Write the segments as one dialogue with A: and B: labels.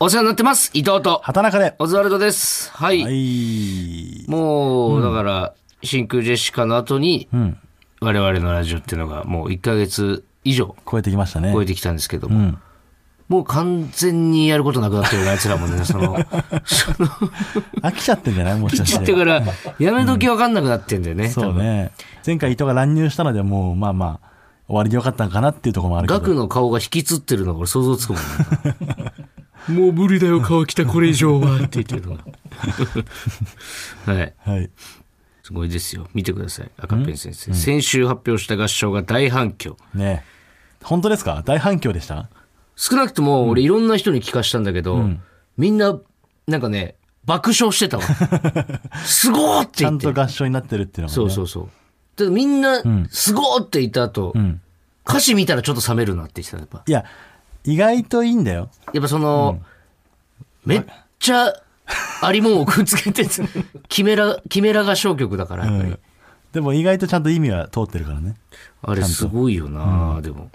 A: お世話になってます。伊藤と、
B: 畑中で。
A: オズワルドです。はい。
B: はい。
A: もう、だから、真空ジェシカの後に、我々のラジオっていうのが、もう1ヶ月以上
B: 超えてきましたね。
A: 超えてきたんですけども、もう完全にやることなくなってるよね、あいつらも ね、その、その、
B: 飽きちゃってんじゃないもしか
A: 切
B: し
A: って
B: て。
A: から、やめ時わかんなくなってんだよね。
B: そうね。前回伊藤が乱入したので、もう、まあまあ、終わりでよかったのかなっていうところもあるけど。
A: 額の顔が引きつってるのが俺想像つくもん、 ね、もう無理だよ、川北、これ以上は。って言ってる のが。はい。
B: はい。
A: すごいですよ。見てください。赤ペン先生。先週発表した合唱が大反響。
B: ね本当ですか大反響でした
A: 少なくとも俺いろんな人に聞かしたんだけど、みんな、なんかね、爆笑してた わ。すごーって
B: ちゃ
A: 言っ
B: ん
A: て
B: と。合唱になってるっていうのが、ね。
A: そうそうそう。ただみんな、すごーって言った後、歌詞見たらちょっと冷めるなって言ってたやっぱ。
B: いや、意外といいんだよ。
A: やっぱその、めっちゃ、ありもんをくっつけて、 キメラ、キメラが小曲だから、やっぱり。
B: でも意外とちゃんと意味は通ってるからね。
A: あれすごいよな、でも。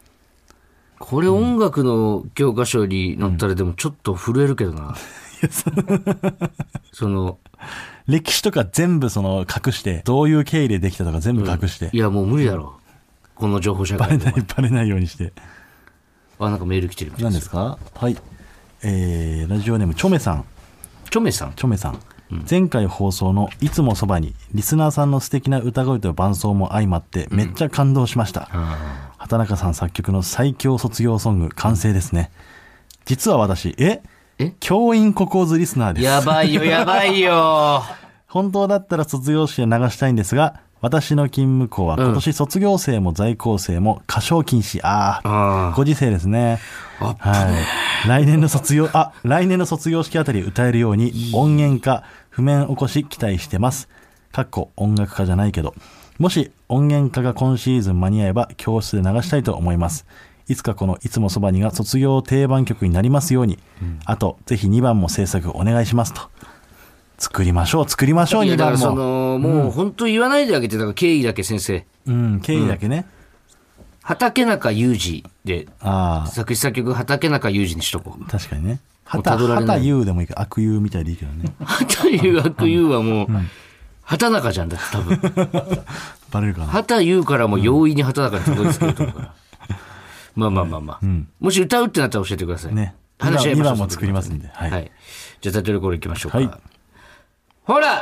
A: これ音楽の教科書に載ったらでもちょっと震えるけど な。その、
B: 歴史とか全部その隠して、どういう経緯でできたとか全部隠して、
A: いやもう無理だろ。この情報社
B: バレ
A: 会
B: な
A: で
B: い、。バレないようにして。
A: あ、なんかメール来てるみたい
B: 何
A: で。
B: ですすかはい。えー、ラジオネーム、チョメさん。
A: チョメさん。
B: チョメさん。前回放送の「いつもそばに」リスナーさんの素敵な歌声と伴奏も相まってめっちゃ感動しました、畑中さん作曲の最強卒業ソング完成ですね実は私え
A: え
B: 教員ココーズリスナーです
A: やば いよ、やばいよ。
B: 本当だったら卒業式で流したいんですが私の勤務校は今年卒業生も在校生も歌唱禁止、ああ
A: あ
B: ご時世ですね。はい。来年の卒業、あ、来年の卒業式あたり歌えるように音源化、譜面起こし期待してます。かっこ音楽家じゃないけど。もし音源化が今シーズン間に合えば教室で流したいと思います。いつかこのいつもそばにが卒業定番曲になりますように。あと、ぜひ2番も制作お願いしますと。作りましょう、作りましょう、
A: あ。い
B: 2
A: やだから
B: 番
A: そ
B: も。
A: の、もう本当言わないであげて、だから経緯だけ先生。
B: うん、経緯だけね。
A: 畑中裕二で、
B: ああ、
A: 作詞作曲畑中裕二にしとこう。
B: 確かにね。は
A: もうた
B: た、
A: どられない
B: はたゆうでもいいけど、悪友みたいでいいけどね。
A: 畑優悪優はもう、畑中じゃんだって多分。
B: バレるかな。
A: 畑優からも容易に畑中にたどり着けると思うから。まあまあまあまあ。もし歌うってなったら教えてください。
B: ね
A: 話し合い
B: 二
A: ましょう
B: 番も作りますんで
A: は。
B: はいい
A: じゃあタイトルコールいきましょうか。
B: はい
A: ほら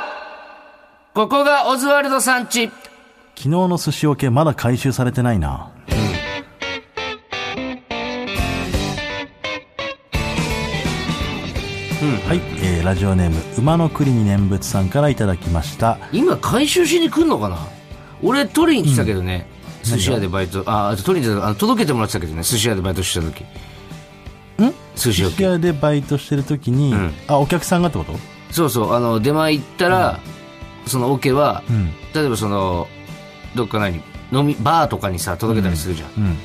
A: ここがオズワルドさんち
B: 昨日の寿司おけまだ回収されてないな。はい、えーラジオネーム馬の栗に念仏さんからいただきました
A: 今回収しに来んのかな俺取りに来たけどね。寿司屋でバイト、あ、あと取りに来たあの、届けてもらってたけどね、寿司屋でバイトしてた時。ん寿司
B: 寿
A: 屋
B: 司屋でバイトしてる時に、
A: ん
B: あお客さんがってこと
A: そうそう、あの、出前行ったら、そのオ、ケは、
B: うん
A: 例えばその、どっか何、飲み、バーとかにさ、届けたりするじゃん。
B: うん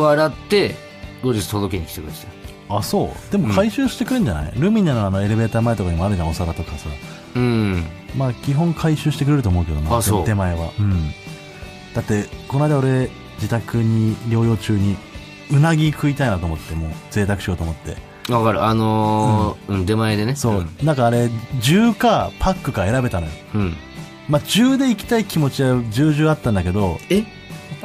A: 笑って、後日届けに来てくれてた。
B: あそうでも回収してくれるんじゃない、ルミネのあのエレベーター前とかにもあるじゃんお皿とかさ
A: うん。
B: まあ基本回収してくれると思うけどな
A: あそう
B: 手前はうんだってこの間俺自宅に療養中にうなぎ食いたいなと思ってもう贅沢しようと思って
A: わかる。あのーうん、出前でね。
B: そう、なんかあれ10かパックか選べたのよ
A: うん。うん。
B: まあ10で行きたい気持ちは重々あったんだ けど
A: え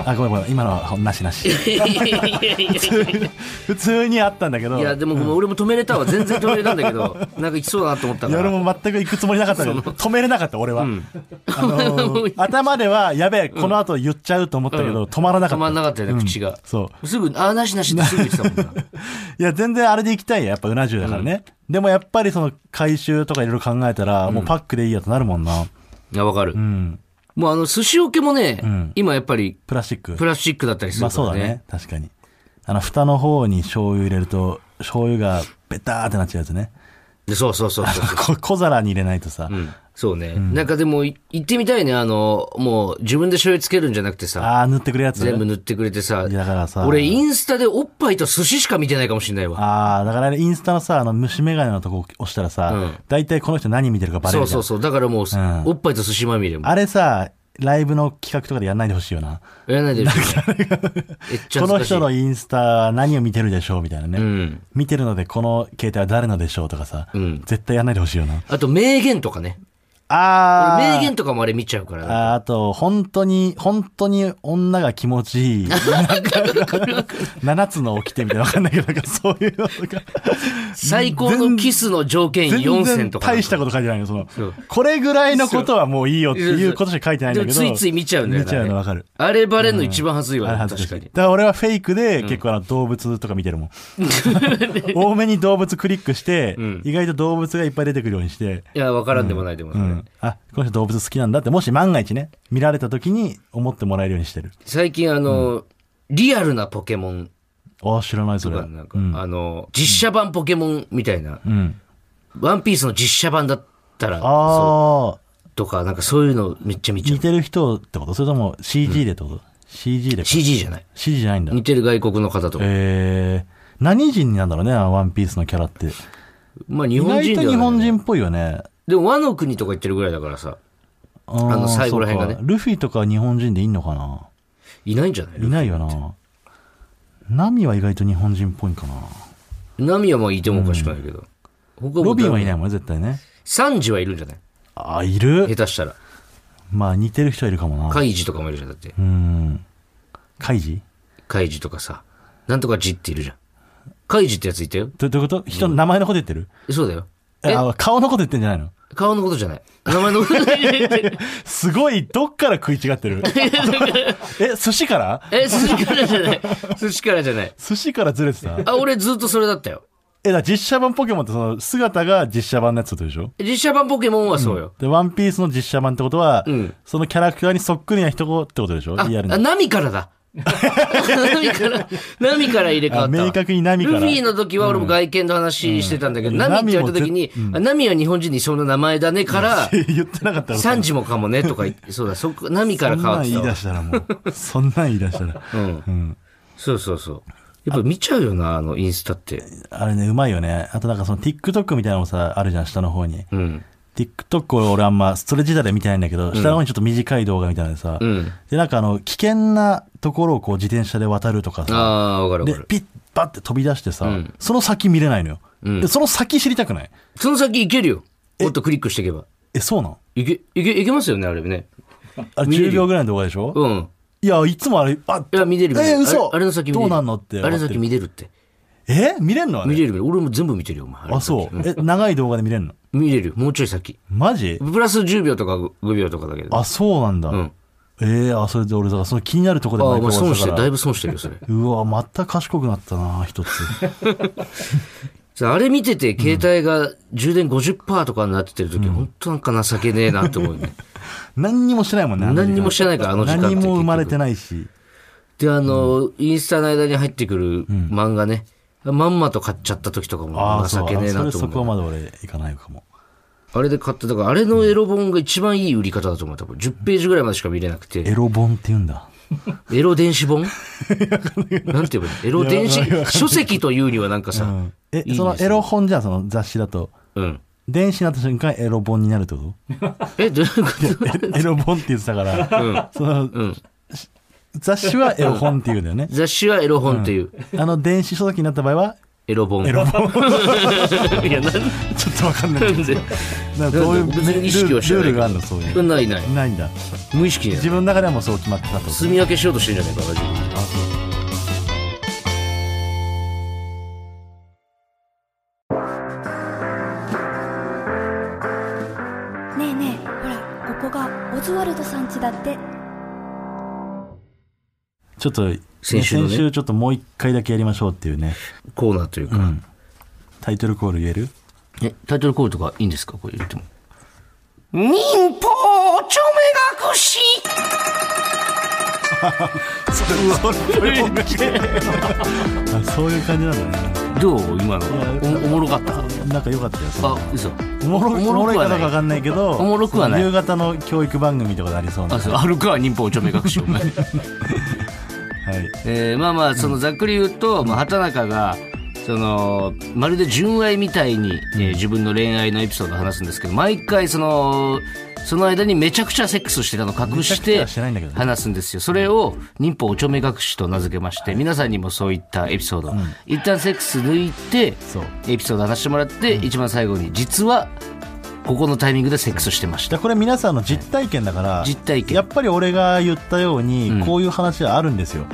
B: あごめんごめん今のはなしな し
A: いやいやいやいや
B: 普通にあったんだけど
A: いや、でも、俺も止めれたわ。全然止めれたんだけど、 なんか行きそうだなと思った
B: い
A: か
B: や
A: ら。
B: 俺も全く行くつもりなかったけど止めれなかった俺は、
A: うん。
B: あ のー頭ではやべえこの後言っちゃうと思ったけど、
A: うん
B: 止まらなか
A: 止
B: った
A: まんなかったよね、口が。
B: そう
A: すぐ、あー、なしなしってすぐ言ってたもんな。
B: いや、全然あれで行きたいよ。やっぱうな重だからね。でもやっぱりその回収とかいろいろ考えたら、もうパックでいいやとなるもんな。
A: いや、わかる。
B: うん。
A: もうあの、寿司桶もね、
B: ん
A: 今やっぱり
B: プラスチック。
A: プラスチックだったりする
B: まあ
A: か
B: そう
A: ら
B: だ
A: ね。
B: ね。確かに。あの、蓋の方に醤油入れると、醤油がベターってなっちゃうやつね。
A: でそうそうそうそう。
B: こ 小皿に入れないとさ。
A: うん、そうね、なんかでもい行ってみたいね。あの、もう自分で醤油つけるんじゃなくてさ、
B: ああ、塗ってくれるやつ。
A: 全部塗ってくれてさ
B: いや、だからさ。
A: 俺インスタでおっぱいと寿司しか見てないかもしれないわ。
B: ああ、だからあれインスタのさ、あの、虫眼鏡のとこ押したらさ、
A: うん
B: 大体この人何見てるかバレ
A: そ
B: る
A: う
B: じゃ
A: そ
B: ん。
A: うそう。だからもう、
B: ん
A: おっぱいと寿司まみれも。
B: あれさ、ライブの企画とかでやんないでほしいよ な。
A: やらないでほしいね。めっちゃ恥ず
B: この
A: かしい
B: 人のインスタ何を見てるでしょうみたいなね。
A: うん。
B: 見てるのでこの携帯は誰のでしょうとかさ。
A: うん
B: 絶対やんないでほしいよな。
A: あと、名言とかね。
B: あー。
A: 俺名言とかもあれ見ちゃうから。
B: あーあと、本当に、本当に女が気持ちいい。7つの起きてみたいなわかんないけど、なんかそういうのとか。
A: 最高のキスの条件
B: 全
A: 4選
B: 然
A: とか。
B: 大したこと書いてないの、その
A: そう、
B: これぐらいのことはもういいよっていうことしか書いてないんだけど。
A: でもついつい見ちゃうんだよ
B: 見ちゃうのわかる。
A: あれバレんの一番恥ずい
B: あ
A: わ、
B: れ
A: ね、
B: 恥ず
A: 確
B: か
A: か
B: しい。だ
A: に。
B: から俺はフェイクで結構あの動物とか見てるもん。 多めに動物クリックして
A: ん、
B: 意外と動物がいっぱい出てくるようにして、
A: いや、わからんでもないでも
B: う
A: ない、
B: ん。あ、この人動物好きなんだって、もし万が一ね、見られた時に思ってもらえるようにしてる。
A: 最近あの、リアルなポケモン
B: ああ、知らないそ
A: と
B: れ。
A: か、なんか、
B: うん
A: あの、実写版ポケモンみたいな、
B: うん。
A: ワンピースの実写版だったら、そ
B: あ
A: う
B: あ、
A: とか、なんかそういうのめっちゃ見ちゃ
B: 似
A: う。
B: てる人ってことそれとも CG でってこと、?CG でか。
A: CG じゃない。
B: CG じゃないんだ。
A: 似てる外国の方とか。
B: えー、何人なんだろうね、あのワンピースのキャラって。
A: まあ日
B: 意
A: 本
B: 外
A: 人
B: と
A: では
B: 日
A: ない
B: 本人っぽいよね。
A: でも和の国とか言ってるぐらいだからさ、
B: あー
A: あの最後らへんがね
B: そうかルフィとか日本人でいんのかない
A: ないんじゃない
B: いないよな。ナミは意外と日本人っぽいんかな。
A: ナミはまあいてもおかしくないけど。他も。
B: ロビンはいないいもんね、絶対ね。
A: サンジはいるんじゃない
B: あー、い
A: 下
B: る
A: 手したら。
B: まあ似てる人はいるかもな。
A: カイジとかもいるじゃん。だって
B: う。ん。カイジ
A: カイジとかさ。なんとかジっているじゃん。カイジってやついたよ。
B: どどういうこと人の名前のこと言ってる、
A: えそうだよ。
B: えあ顔のこと言ってんじゃないの
A: 顔のことじゃない。名前のこと
B: すごい、どっから食い違ってる え、寿司から
A: え、寿司からじゃない。寿司からじゃない。
B: 寿司からずれてたえ、だか
A: あ、俺ずっとそれだったよ。
B: ら実写版ポケモンってその姿が実写版のやつってことでしょ
A: 実写版ポケモンはそうよ。
B: で、ワンピースの実写版ってことは、
A: うん
B: そのキャラクターにそっくりな人ってことでしょ
A: あ、
B: リアル
A: あ
B: に。
A: ナミからだ。 ナミから、ナミから入れ替わ
B: あ
A: ったわ。
B: 明確にナミから
A: ルフィの時は俺も外見の話してたんだけど、
B: うん
A: ナミって言われた時に
B: ナミも、
A: あナミは日本人にその名前だね から、
B: 言ってなかったら
A: サンジもかもねとか言って、そうだ、そこ、ナミから変わって
B: そ
A: た
B: んなん言い
A: わ
B: 出。したらもう。そんなん言い出したら。
A: うん。
B: うん。
A: そうそうそう。やっぱ見ちゃうよな、あの、インスタって。
B: あれね、うまいよね。あとなんかその TikTok みたいなのもさ、あるじゃん、下の方に。
A: うん。
B: TikTok を俺あんま、それ自体で見てないんだけど、下の方にちょっと短い動画みたいなのでさ、
A: うん。
B: で、なんかあの、危険なところをこう自転車で渡るとか
A: あ
B: さ、
A: あ、わかるわ
B: で
A: かる、。
B: ピッ、バって飛び出してさ、
A: うん
B: その先見れないのよ、
A: うん
B: で。その先知りたくない
A: その先行けるよ。もっとクリックしていけば。
B: え、そうなん
A: いけ、いけ、いけますよね、あれね。
B: あれ
A: 見れる
B: 10秒ぐらいの動画でしょ、
A: うん。
B: いや、いつもあれ、あ、
A: いや、見れる見れる
B: えー嘘
A: あれあれの先見れる。
B: どうなんのって
A: あれの先見れるって。
B: え見れんのあれ
A: 見れる見れる。俺も全部見てるよ、お前。れの
B: あ、
A: 先
B: そう。え、長い動画で見れんの
A: 見れるよ。もうちょい先。
B: マジ
A: プラス10秒とか5秒とかだけど。あ
B: あ、そうなんだ。
A: うん
B: えーあ、それで俺さ、その気になるとこで
A: あ、お前
B: 毎回終
A: 損
B: わって
A: したて
B: か
A: る、
B: ら
A: だいぶ損してるよ、それ。
B: うわ、また賢くなったな、一つ。
A: さあれ見てて、携帯が充電50%とかになっててる時、本当なんか情けねえなって思う ね。
B: 何にもしてないもんね。あの時間
A: 何にもしてないからあの時間って
B: 何も生まれてないし。
A: で、あの、インスタの間に入ってくる漫画ね。まんまと買っちゃった時とか
B: あ
A: も
B: あ、そ
A: 情
B: う。
A: けねえ
B: そ
A: な
B: れ
A: と
B: そ
A: 思
B: こ
A: うね。
B: まで俺、いかないかも。
A: あれで買った、だからあれのエロ本が一番いい売り方だと思う。多分10ページぐらいまでしか見れなくて。
B: エロ本って言うんだ。
A: エロ電子 本なんて言えばいいのエロ電
B: いやわかんないわかんな
A: 子、書籍というにはなんか
B: う
A: さ、
B: んえ
A: いい、
B: そのエロ本じゃん、その雑誌だと。
A: うん。
B: 電子になった瞬間、エロ本になるっ てこ
A: え、どういうこと
B: とエロ本って言ってたから、
A: うん
B: その、し雑誌はエロ本って言うんだよね。
A: 雑誌はエロ本っていう。
B: あの、電子書籍になった場合は、
A: エロ本。
B: エロ本。
A: いや、なん
B: ちょっとわかんないけど。
A: で。
B: なんかどういう
A: 別に意識はして
B: ル
A: な
B: ー
A: い
B: ルがあるの、そういう。
A: ないない。
B: ないんだ。
A: 無意識に
B: 自分の中ではもうそう決まってたってこと
A: 住み分けしようとしてんじゃないかな、自分で
B: あそう
C: ねえねえほらここがオズワルドさん家だって
B: ちょっと、ね
A: 先
B: 先
A: 週の
B: 週
A: ね
B: ちょっともう一回だけやりましょうっていうね。
A: コーナーという
B: う
A: か。
B: ん。タイトルコール言 える
A: え、タイトルコールとかいいんですかこれ言っても。民法ちょめ隠し
B: あそういう感じなんだね。
A: どう今のおおもろかった
B: なんか良かったよ。その
A: あ、嘘。
B: おもろおもろいかどうかわかんないけど、
A: おもろくはない
B: その夕方の教育番組とかでありそうな。
A: あ、
B: は
A: そう。あるか、民法ちょめ隠し、お前。
B: い。
A: えーまあまあそのざっくり言うと、まあ、畑中がそのまるで純愛みたいに、えー自分の恋愛のエピソードを話すんですけど毎回そのその間にめちゃくちゃセックスしてたの隠し
B: めちゃくちゃ
A: て
B: はしてないんだけどね
A: 話すんですよ。それを忍法おちょめ隠しと名付けまして、皆さんにもそういったエピソード、一旦セックス抜いて
B: そう、
A: エピソード話してもらって、一番最後に、実は、ここのタイミングでセックスしてまし
B: じ
A: た。
B: ゃあこれ皆さんの実体験だから
A: 実体験
B: やっぱり俺が言ったように、
A: うん
B: こういう話はあるんですよ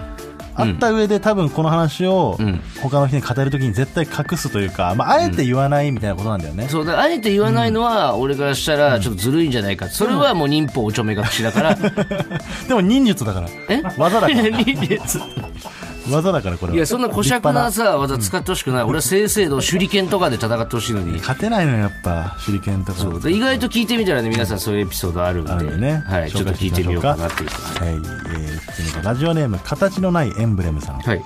B: あった上で多分この話を
A: うん
B: 他の人に語るときに絶対隠すというか、まあ、あえて言わないみたいなことなんだよね、
A: そうだあえて言わないのは、俺からしたら、ちょっとずるいんじゃないか。それはもう忍法おちょめ隠しだ から、
B: でも忍術だから
A: え
B: 技だ から
A: 忍
B: 技だからこれはい
A: や、そんな小
B: 立
A: 尺
B: 派
A: なさ、技使ってほしくない。俺は正々堂手裏剣とかで戦ってほしいのに。
B: 勝てないのよやっぱ手裏剣とか
A: そうで意外と聞いてみたらね、皆さんそういうエピソードあるんで、
B: あるんでね
A: はい、ちょ
B: 紹
A: っと
B: 介
A: 聞
B: し
A: い
B: て
A: てみ
B: みましょ
A: よ
B: う
A: うか
B: か
A: なっていう。
B: はい、えー続いてラジオネーム形のないエンブレムさん
A: はい。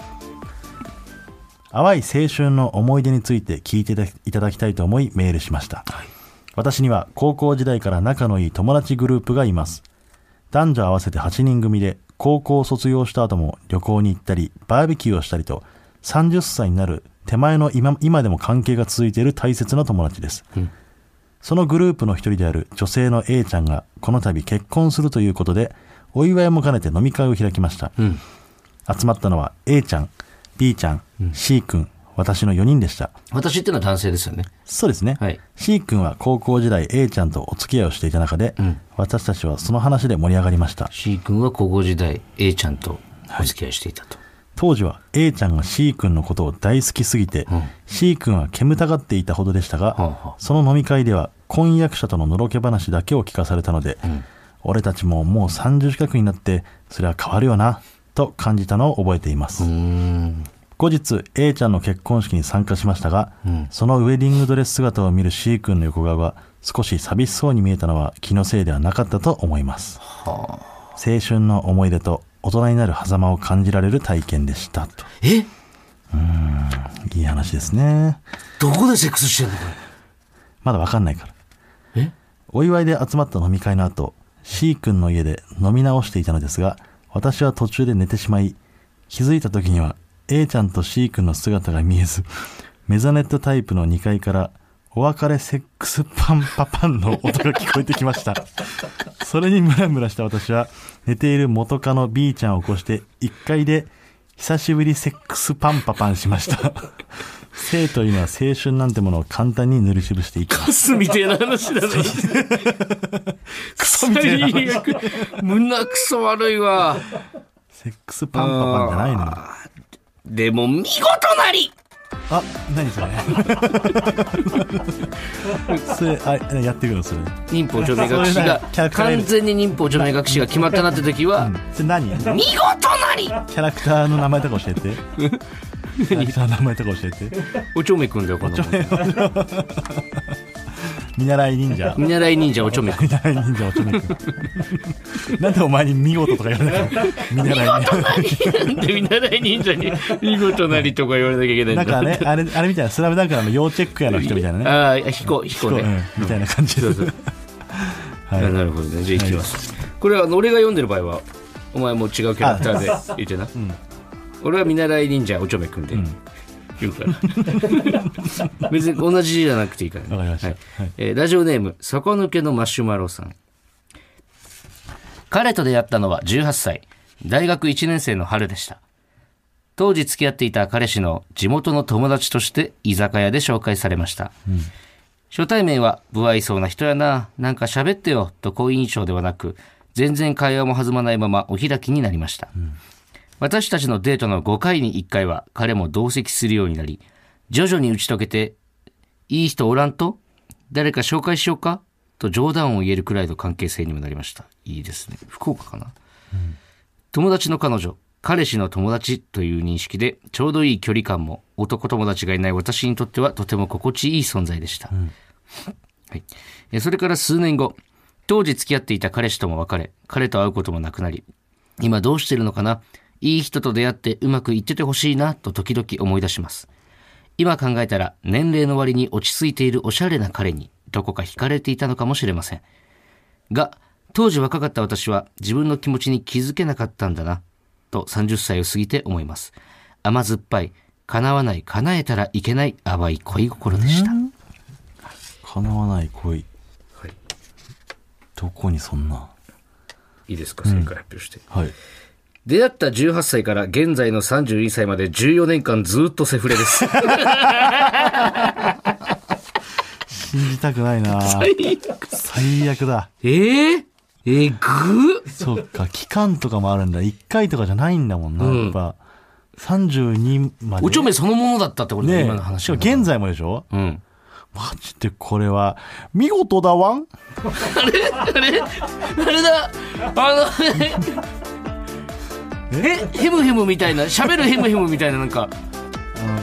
B: 淡い青春の思い出について聞いていただきたいと思いメールしました、私には高校時代から仲のいい友達グループがいます男女合わせて8人組で高校を卒業した後も旅行に行ったりバーベキューをしたりと30歳になる手前の今今でも関係が続いている大切な友達です、そのグループの一人である女性の A ちゃんがこの度結婚するということでお祝いも兼ねて飲み会を開きました、
A: うん。
B: 集まったのは A ちゃん B ちゃん、C 君私の4人でした
A: 私っていうのは男性ですよね。
B: そうですね、
A: はい
B: C 君は高校時代 A ちゃんとお付き合いをしていた中で、
A: ん
B: 私たちはその話で盛り上がりました
A: C 君は高校時代、A ちゃんとお付き合いしていたと。
B: 当時は A ちゃんが C 君のことを大好きすぎて、
A: ん
B: C 君は煙たがっていたほどでしたが、
A: あはあ
B: その飲み会では婚約者とののろけ話だけを聞かされたので、俺たちももう30近くになってそれは変わるよなと感じたのを覚えています、
A: うーん。
B: 後日 A ちゃんの結婚式に参加しましたが、
A: うん
B: そのウェディングドレス姿を見る C 君の横顔が少し寂しそうに見えたのは気のせいではなかったと思います、青春の思い出と大人になる狭間を感じられる体験でしたと
A: え
B: いい話ですね
A: どこでセックスしてんのこ
B: まだわかんないから
A: れ。え
B: お祝いで集まった飲み会の後 C 君の家で飲み直していたのですが私は途中で寝てしまい気づいた時には A ちゃんと C 君の姿が見えずメザネットタイプの2階からお別れセックスパンパパンの音が聞こえてきましたそれにムラムラした私は寝ている元カノ B ちゃんを起こして1階で久しぶりセックスパンパパンしました性というのは青春なんてものを簡単に塗りつぶしていきます
A: カスみたいな話だぞ。 クソみたいな話。胸クソ悪いわ。
B: セックスパンパパンじゃないのよ
A: でも、見事なり
B: あ、何それ。それ、 あ、やってくの、それ。
A: 忍法除名隠しが
B: そういうねキャラ、クターがいる
A: 完全に忍法除名隠しが決まったなって時は、
B: それ、何。
A: 見事なり
B: キャラクターの名前とか教えて。キャラクターの名前とか教えて。
A: おちょめくんだよ、この。
B: 見習い忍者。
A: 見習い忍者おちょめくん。
B: 見習い忍者おちょめくん。なんでお前に見事とか言われなきゃ。見習い忍者。
A: なんで見習い忍者に見事なりとか言われなきゃいけないん
B: な
A: だ
B: んかね、あれ、あれみたいな、スラムダンクのあの要チェックやの人みたいなね。
A: ああ、彦、彦
B: そう、うん
A: ね。、
B: みたいな感じ
A: そ
B: で
A: う。そう。
B: はい
A: あなるほどね。じゃあ行きます。これは、あの俺が読んでる場合は、お前も違うキャラクターで言ってな。俺は見習い忍者おちょめくんで。言う から。別に同じじゃなくていいからね。
B: わかりました
A: はい
B: はい
A: えーラジオネーム、底抜けのマシュマロさん。彼と出会ったのは18歳、大学1年生の春でした。当時付き合っていた彼氏の地元の友達として居酒屋で紹介されました。初対面は、不愛想な人やな、なんか喋ってよ、と好印象ではなく、全然会話も弾まないままお開きになりました。私たちのデートの5回に1回は彼も同席するようになり、徐々に打ち解けて、いい人おらんと誰か紹介しようかと冗談を言えるくらいの関係性にもなりました。いいですね。福岡かな、友達の彼女、彼氏の友達という認識で、ちょうどいい距離感も男友達がいない私にとってはとても心地いい存在でした。はい、えそれから数年後当時付き合っていた彼氏とも別れ彼と会うこともなくなり今どうしてるのかないい人と出会ってうまくいっててほしいなと時々思い出します今考えたら年齢の割に落ち着いているおしゃれな彼にどこか惹かれていたのかもしれませんが当時若かった私は自分の気持ちに気づけなかったんだなと30歳を過ぎて思います甘酸っぱい叶わない叶えたらいけない淡い恋心でした
B: 叶わない恋。
A: はい
B: どこにそんな。
A: いいですか、正解発表して。
B: はい。
A: 出会った18歳から現在の32歳まで14年間ずっとセフレ です。
B: 信じたくないな最悪だ。
A: えー、えぐ
B: そっか、期間とかもあるんだ。1回とかじゃないんだもんな。
A: うん
B: やっぱ、32まで。
A: おちょめそのものだったってことね、
B: ね
A: 今の
B: え。
A: 話
B: しか
A: は
B: も現在もでしょ
A: うん。
B: マジでこれは、見事だわん
A: あれあれだあの、へ、ヘムヘムみたいな、喋るヘムヘムみたいななんか、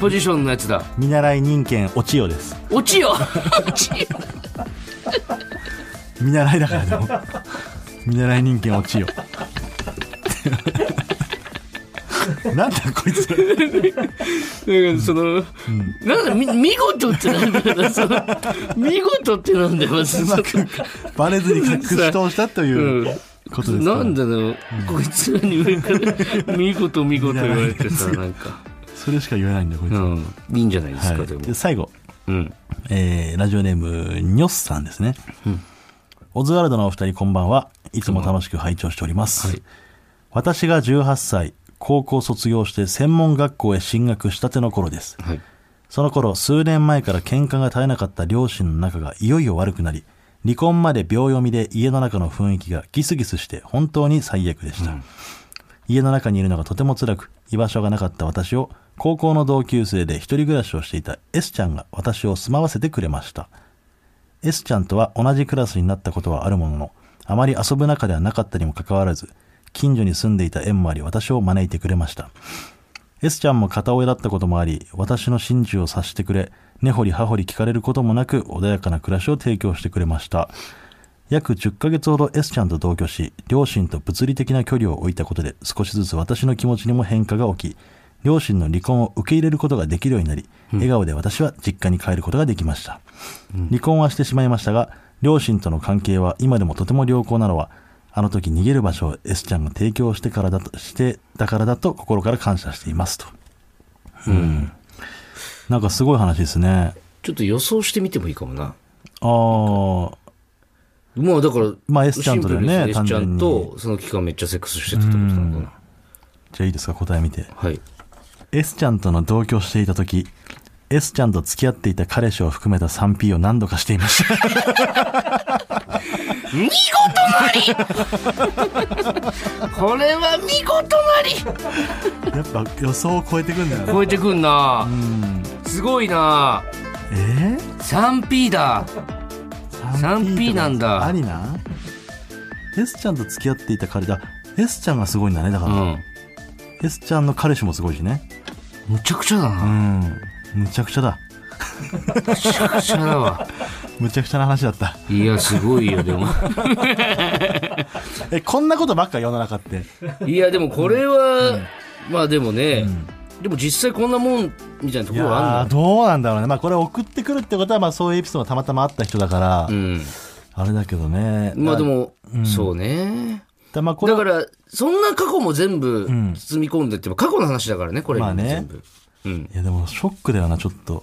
A: ポジションのやつだ。
B: 見習い人間、お千代です。
A: 落ちよ落ちよ
B: 見習いだから でも。見習い人間、お千代。なんだこいつ。
A: なんかその、なんだ、み見事ってなんだよ、その、見事ってなんだよ、まず
B: うまくバレずに屈倒したということですから
A: なんだろう、こいつらに上から、見事見事言われてさ、なんか。
B: それしか言えないんだこいつ、
A: うん、いいんじゃないですか、
B: はい
A: でも。
B: で最後、
A: うん。
B: えーラジオネームニョッさんですね、オズワルドのお二人こんばんはいつも楽しく拝聴しております、
A: はい
B: 私が18歳高校卒業して専門学校へ進学したての頃です
A: はい。
B: その頃数年前から喧嘩が絶えなかった両親の仲がいよいよ悪くなり離婚まで秒読みで家の中の雰囲気がギスギスして本当に最悪でした、家の中にいるのがとても辛く居場所がなかった私を高校の同級生で一人暮らしをしていた S ちゃんが私を住まわせてくれました S ちゃんとは同じクラスになったことはあるもののあまり遊ぶ仲ではなかったにもかかわらず近所に住んでいた縁もあり私を招いてくれました S ちゃんも片親だったこともあり、私の心中を察してくれ、根掘り葉掘り聞かれることもなく、穏やかな暮らしを提供してくれました。約10ヶ月ほど S ちゃんと同居し、両親と物理的な距離を置いたことで、少しずつ私の気持ちにも変化が起き、両親の離婚を受け入れることができるようになり、笑顔で私は実家に帰ることができました。離婚はしてしまいましたが、両親との関係は今でもとても良好なのは、あの時逃げる場所を S ちゃんが提供してからだと、して、だからだと心から感謝していますと。うん。なんかすごい話ですね。
A: ちょっと予想してみてもいいかもな。
B: ああ、
A: まあだから、
B: まあ S ちゃんとだよね
A: シンプルに S ちゃん
B: 単純
A: と、その期間めっちゃセックスしてたってことなのかな。
B: じゃあいいですか答え見て。
A: はい。
B: S ちゃんとの同居をしていた時 S ちゃんと付き合っていた彼氏を含めた 3P を何度かしていました
A: 見事なりこれは見事なり
B: やっぱ予想を超えてくんだよ
A: 超えてくんなすごいな
B: え
A: 3P だ 3P なんだ
B: ありな S ちゃんと付き合っていた彼だ S ちゃんがすごいんだねだか
A: う
B: ら、
A: ん。
B: S ちゃんの彼氏もすごいしね
A: むちゃくちゃだ
B: う
A: な。
B: んむちゃくちゃだ
A: むちゃくちゃだわ。
B: むちゃくちゃな話だった
A: いや、すごいよ、でも。
B: えこんなことばっか世の中って
A: いや、でもこれは、まあでもね、でも実際こんなもんみたいなと
B: い
A: ころはあ
B: やー
A: る
B: どうなんだろうねまあこれ送ってくるってことはまあそういうエピソードがたまたまあった人だから、
A: ん
B: あれだけどね
A: の。まあで
B: だ
A: も、そうね。
B: だまあこれ
A: だ
B: は
A: から、そんな過去も全部
B: ん
A: 包み込んでって、過去の話だからね、これ。
B: まあね
A: 全部。うん。
B: いやでもショックだよなちょっと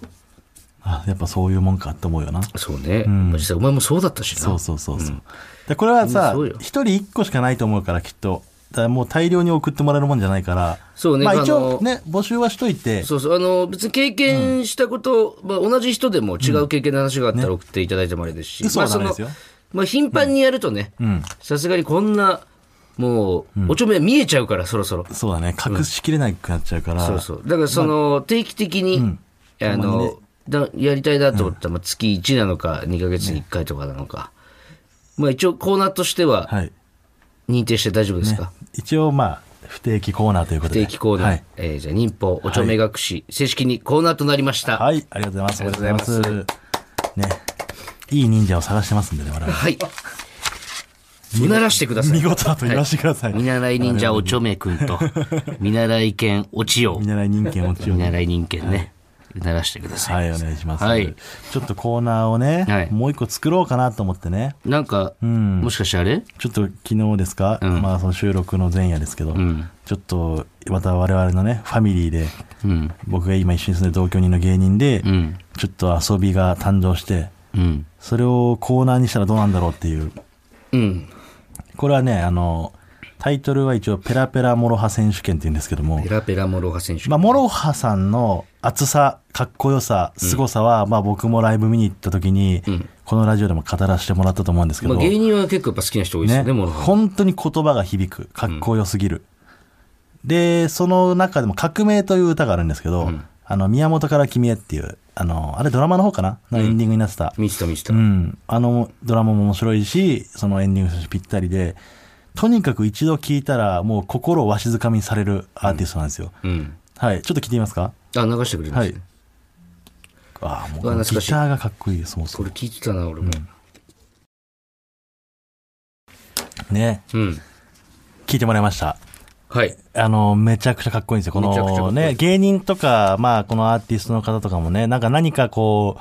B: あやっぱそういうもんかって思うよな
A: そうね。まあ実際お前もそうだったしな。
B: そうそうそうそう、でこれはさ
A: うんそうよ
B: 一人一個しかないと思うからきっとだからもう大量に送ってもらえるもんじゃないから
A: そうね
B: まあ
A: あの
B: 一応ね募集はしといて
A: そうそうあの別に経験したこと、まあ、同じ人でも違う経験の話があったら送っていただいてもあれですし、
B: 嘘
A: ま
B: は
A: あ
B: ダ
A: そ
B: メ
A: の
B: ですよ
A: まあ、頻繁にやるとね
B: ん
A: さすがにこんなもう、おちょめ見えちゃうからそろそろ
B: そうだね隠しきれなくなっちゃうから、
A: そうそうだからその、定期的に、あ
B: たまにね
A: のだやりたいなと思ったら、まあ月1なのか2か月に1回とかなのか、まあ、一応コーナーとしては
B: はい
A: 認定して大丈夫ですか、
B: 一応まあ不定期コーナーということ
A: 不
B: で
A: 定期コーナー、
B: はい、
A: えーじゃあ民放おちょめ学士、正式にコーナーとなりました。
B: はい、ありがとうございます
A: ありがとうございます
B: ありがとうございますねいい忍者を探してますんでね我々
A: はい。見習してください
B: 見。事だと言わせてください、
A: 見習い忍者おちょめくんと、見習い犬おちよう
B: 見。習い人間を中
A: 見習い人間ね。見習してくださ。
B: はいい、お願いします。
A: はい
B: ちょっとコーナーをね、
A: はい
B: もう一個作ろうかなと思ってね。
A: なんか、
B: ん
A: もしかしてあれ
B: ちょっと昨日ですか、
A: うん
B: まあその収録の前夜ですけど、
A: ん
B: ちょっとまた我々のね、ファミリーで、
A: うん。
B: 僕が今一緒に住んでる同居人の芸人で、
A: うん。
B: ちょっと遊びが誕生して、
A: うん。
B: それをコーナーにしたらどうなんだろうっていう、
A: ううん。
B: これはね、あの、タイトルは一応、ペラペラモロハ選手権って言うんですけども
A: ペ、ラペラモロハ選手。
B: まあ、モロハさんの熱さ、かっこよさ、凄さは、まあ僕もライブ見に行った時に、このラジオでも語らせてもらったと思うんですけど、
A: まあ、芸人は結構やっぱ好きな人多いですよね、モロハ。
B: 本当に言葉が響く、かっこよすぎる。で、その中でも、革命という歌があるんですけど、あの、宮本から君へっていう、あの、あれドラマの方かなのエンディングになってた、
A: 見てた見てた。
B: うん、あのドラマも面白いしそのエンディングとしてぴったりでとにかく一度聴いたらもう心をわしづかみにされるアーティストなんですよ、
A: うん。
B: はいちょっと聞いてみますか
A: あ、流してくれるんですね。
B: はいああも
A: うわ
B: うギ
A: 懐かしい
B: ターがかっこいいですもうそ
A: これ
B: う
A: 聞いてたな、俺も。
B: ね
A: うん。
B: 聞いてもらいました
A: はい。
B: あのめちゃくちゃかっこいいんですよこ
A: めちゃくちゃかっこい
B: の
A: い
B: ね芸人とかまあこのアーティストの方とかもねなんか何かこ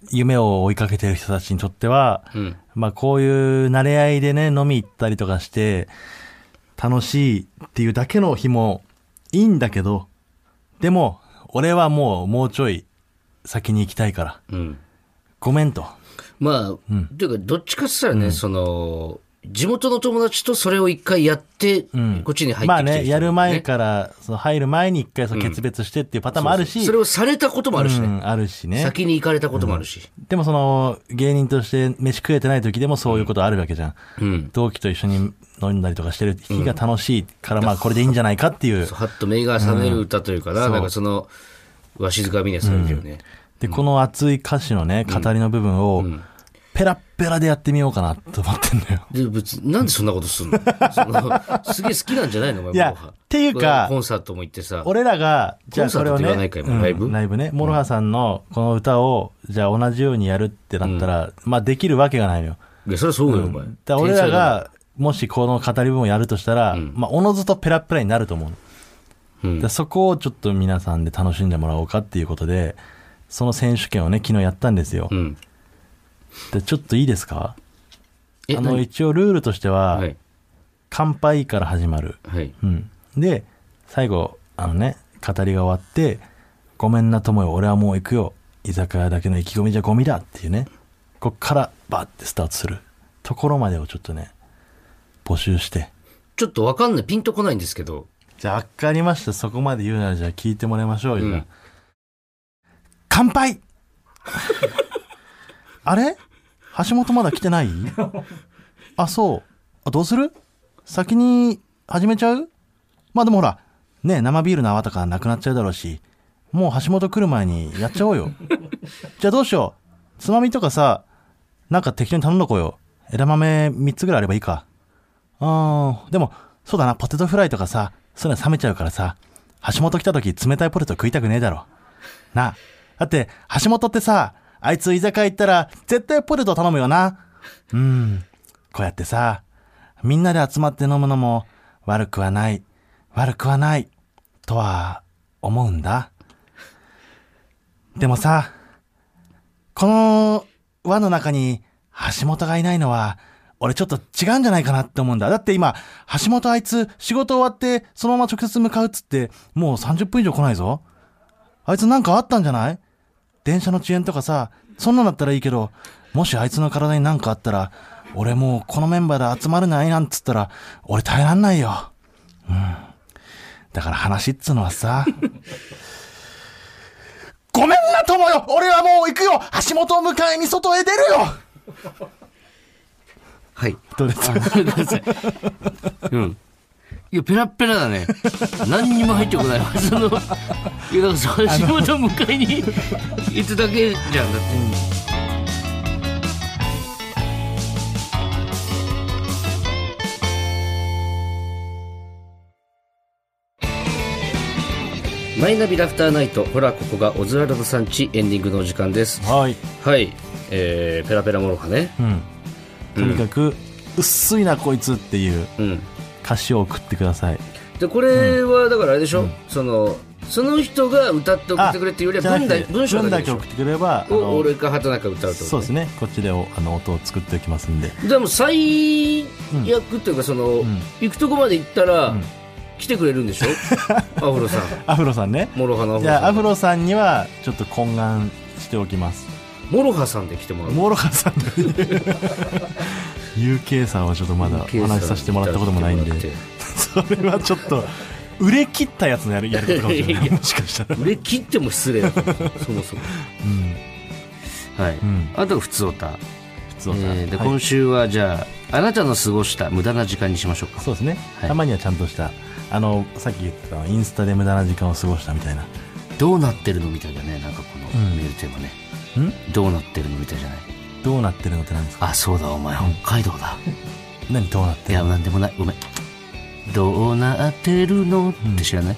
B: う夢を追いかけてる人たちにとっては
A: うん。
B: まあこういう慣れ合いでね、飲み行ったりとかして、楽しいっていうだけの日もいいんだけど、でも、俺はもう、もうちょい先に行きたいから、
A: うん。
B: ごめんと。
A: まあ、というか、どっちかっつったらね、その、地元の友達とそれを一回やって、
B: ん
A: こっちに入ってきてる人
B: まあ
A: もい
B: ね、
A: ね
B: やる前から、その入る前に一回その決別してっていうパターンもあるし、
A: それをされたこともあるし
B: う
A: ね。
B: ん、あるしね。
A: 先に行かれたこともあるし。
B: でもその、芸人として飯食えてない時でもそういうことあるわけじゃん。
A: うん。
B: 同期と一緒に飲んだりとかしてる日が楽しいから、まあこれでいいんじゃないかっていう。
A: はっと目が覚める歌というかな、なんかその、わしづかみにはされるよね。
B: で、この熱い歌詞のね、語りの部分を、ペラッペラでやってみようかなと思ってんだよ。
A: で、別に、なんでそんなことするの そのすげえ好きなんじゃないのお前
B: いや
A: モロハ
B: っていうか
A: コンサートも行ってさ。
B: 俺らが、じゃあ
A: コンサ
B: こ
A: ー
B: れ
A: トっ
B: を
A: て
B: ね、
A: 言わないか今ライブ
B: うんライブね、モロハさんのこの歌を、じゃあ同じようにやるってなったら、まあできるわけがないのよ。
A: いや、それはそうよ、お前。
B: だから俺らが、もしこの語り部分をやるとしたら、まあおのずとペラッペラになると思うの。
A: 天才だな、
B: でそこをちょっと皆さんで楽しんでもらおうかっていうことで、その選手権をね、昨日やったんですよ。
A: うん。うん。
B: で、ちょっといいですか
A: え、
B: あの、
A: 何
B: 一応ルールとしては、
A: はい。
B: 乾杯から始まる。
A: はい。
B: うん、で最後あのね語りが終わって「ごめんな友よ俺はもう行くよ居酒屋だけの意気込みじゃゴミだ」っていうねこっからバーってスタートするところまでをちょっとね募集して
A: ちょっとわかんない。ピンとこないんですけど。
B: じゃあ分かりましたそこまで言うならじゃあ聞いてもらいましょうよ、
A: うん
B: 乾杯 あれ橋本まだ来てないあそうあどうする先に始めちゃうまあでもほらね生ビールの泡とかなくなっちゃうだろうしもう橋本来る前にやっちゃおうよ じゃあどうしようつまみとかさなんか適当に頼んどこうよ枝豆3つぐらいあればいいかあーでもそうだなポテトフライとかさそういうの冷めちゃうからさ橋本来た時冷たいポテト食いたくねえだろなあ。だって、橋本ってさ、あいつ居酒屋行ったら、絶対ポテト頼むよな。うん。こうやってさ、みんなで集まって飲むのも、悪くはない、悪くはない、とは、思うんだ。でもさ、この輪の中に橋本がいないのは、俺ちょっと違うんじゃないかなって思うんだ。だって今、橋本あいつ仕事終わってそのまま直接向かうっつって、もう30分以上来ないぞ。あいつなんかあったんじゃない電車の遅延とかさ、そんなのだったらいいけど、もしあいつの体になんかあったら、俺もうこのメンバーで集まれないなんつったら、俺耐えらんないよ。うん。だから話っつうのはさ、 ごめんな友よ俺はもう行くよ橋本を迎えに外へ出るよ
A: はい。
B: どうですか
A: ごめんなさい。うん。いや、ペラッペラだね。何にも入ってこない。 その、いや、だからその仕事迎えに行つだけじゃん、だって。マイナビラフターナイト、ほら、ここがオズワルドさんちエンディングのお時間です。
B: はい。
A: はい、えー、ペラペラモロハね。
B: うん。とにかく、薄いなこいつっていう
A: うん。
B: 歌詞を送ってください。
A: でこれはだからあれでしょ、そのその人が歌って送ってくれっていうよりは
B: あじ
A: 文
B: ゃな
A: 題
B: くて
A: 文章だけでし
B: 文
A: ょ
B: 送ってくれれば、あの
A: を俺か畑中歌うってこと
B: そうですねこっちでおあの音を作っておきますんで
A: でも最悪っていうかその、
B: ん
A: 行くとこまで行ったら、
B: ん
A: 来てくれるん でしょアフロさん
B: アフロさんね
A: モロハの
B: じゃあ
A: ア
B: ア
A: フ
B: フ
A: ロ
B: ロさんにはちょっと懇願しておきます
A: さんモロハさんで来てもらう
B: モロハさんという UK さんはちょっとまだお話しさせてもらったこともないんでそれはちょっと売れ切ったやつのやるやり方かもしれ ない
A: いや
B: もしかしたら
A: 売れ切っても失礼だと思うそもそもはい、
B: ん
A: あとは普通オタ、
B: 普
A: え
B: 通だ
A: ーで
B: はい
A: 今週はじゃああなたの過ごした無駄な時間にしましょうか
B: そうですね、
A: はい
B: たまにはちゃんとしたあのさっき言ってたインスタで無駄な時間を過ごしたみたいな
A: どうなってるのみたいだねなんかこの
B: うん
A: メールテーマね、
B: ん
A: どうなってるのみたいじゃない
B: どうなってるのって何ですか
A: あそうだお前北海道だ
B: 何どうなって
A: い
B: る
A: やなんでもないごめんどうなってるのって知らない、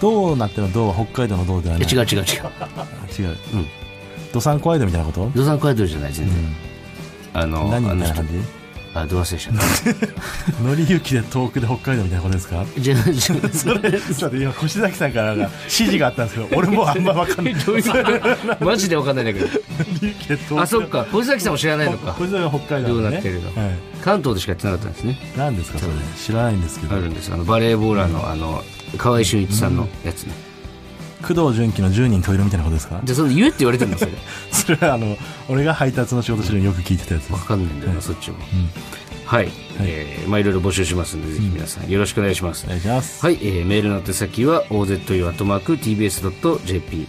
B: どうなってるのどうは北海道のどうではない
A: え違う違う違う
B: 違う
A: うん
B: ドサンコワイドみたいなこと、
A: ドサンコアイドルじゃない全然、あの
B: 何
A: あ
B: み
A: の
B: たいな
A: 人
B: 感じ
A: あどう忘れしちゃった
B: 乗り行きで遠くで北海道みたいなことですか
A: じゃあじゃあ
B: それちょっと今越崎さんから なんか指示があったんですけど俺もうあんま分か んない
A: どういうことマジで分かんないんだけど
B: 乗り行きで遠くで
A: あそっか星崎さんも知らないのか
B: これが北海道、ね、
A: どうなってるの
B: はい
A: 関東でしかやってなかったんですね
B: 何ですかそれ
A: そうね
B: 知らないんですけ
A: あ
B: ど
A: るんですあのバレーボーラーのあの河合俊一さんのやつね
B: 工藤純喜の10人トイレみたいなことですか
A: じゃあそれ言えって言われてるのそれ
B: それはあの俺が配達の仕事してるのによく聞いてたやつで
A: 分
B: す
A: かんないんだよなそっちもはいえーまあいろいろ募集しますのでぜひ皆さんよろしくお願いします
B: お願いします
A: はい、えーメールの宛先は ozu.tbs.jp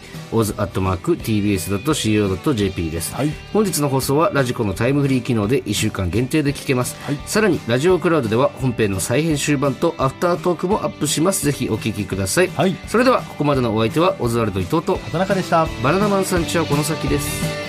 A: oz.tbs.co.jp です、
B: はい
A: 本日の放送はラジコのタイムフリー機能で1週間限定で聞けます、さらにラジオクラウドでは本編の再編集版とアフタートークもアップしますぜひお聞きください、
B: はい
A: それではここまでのお相手はオズワルド伊藤と
B: 畑中でした
A: バナナマンさんちはこの先です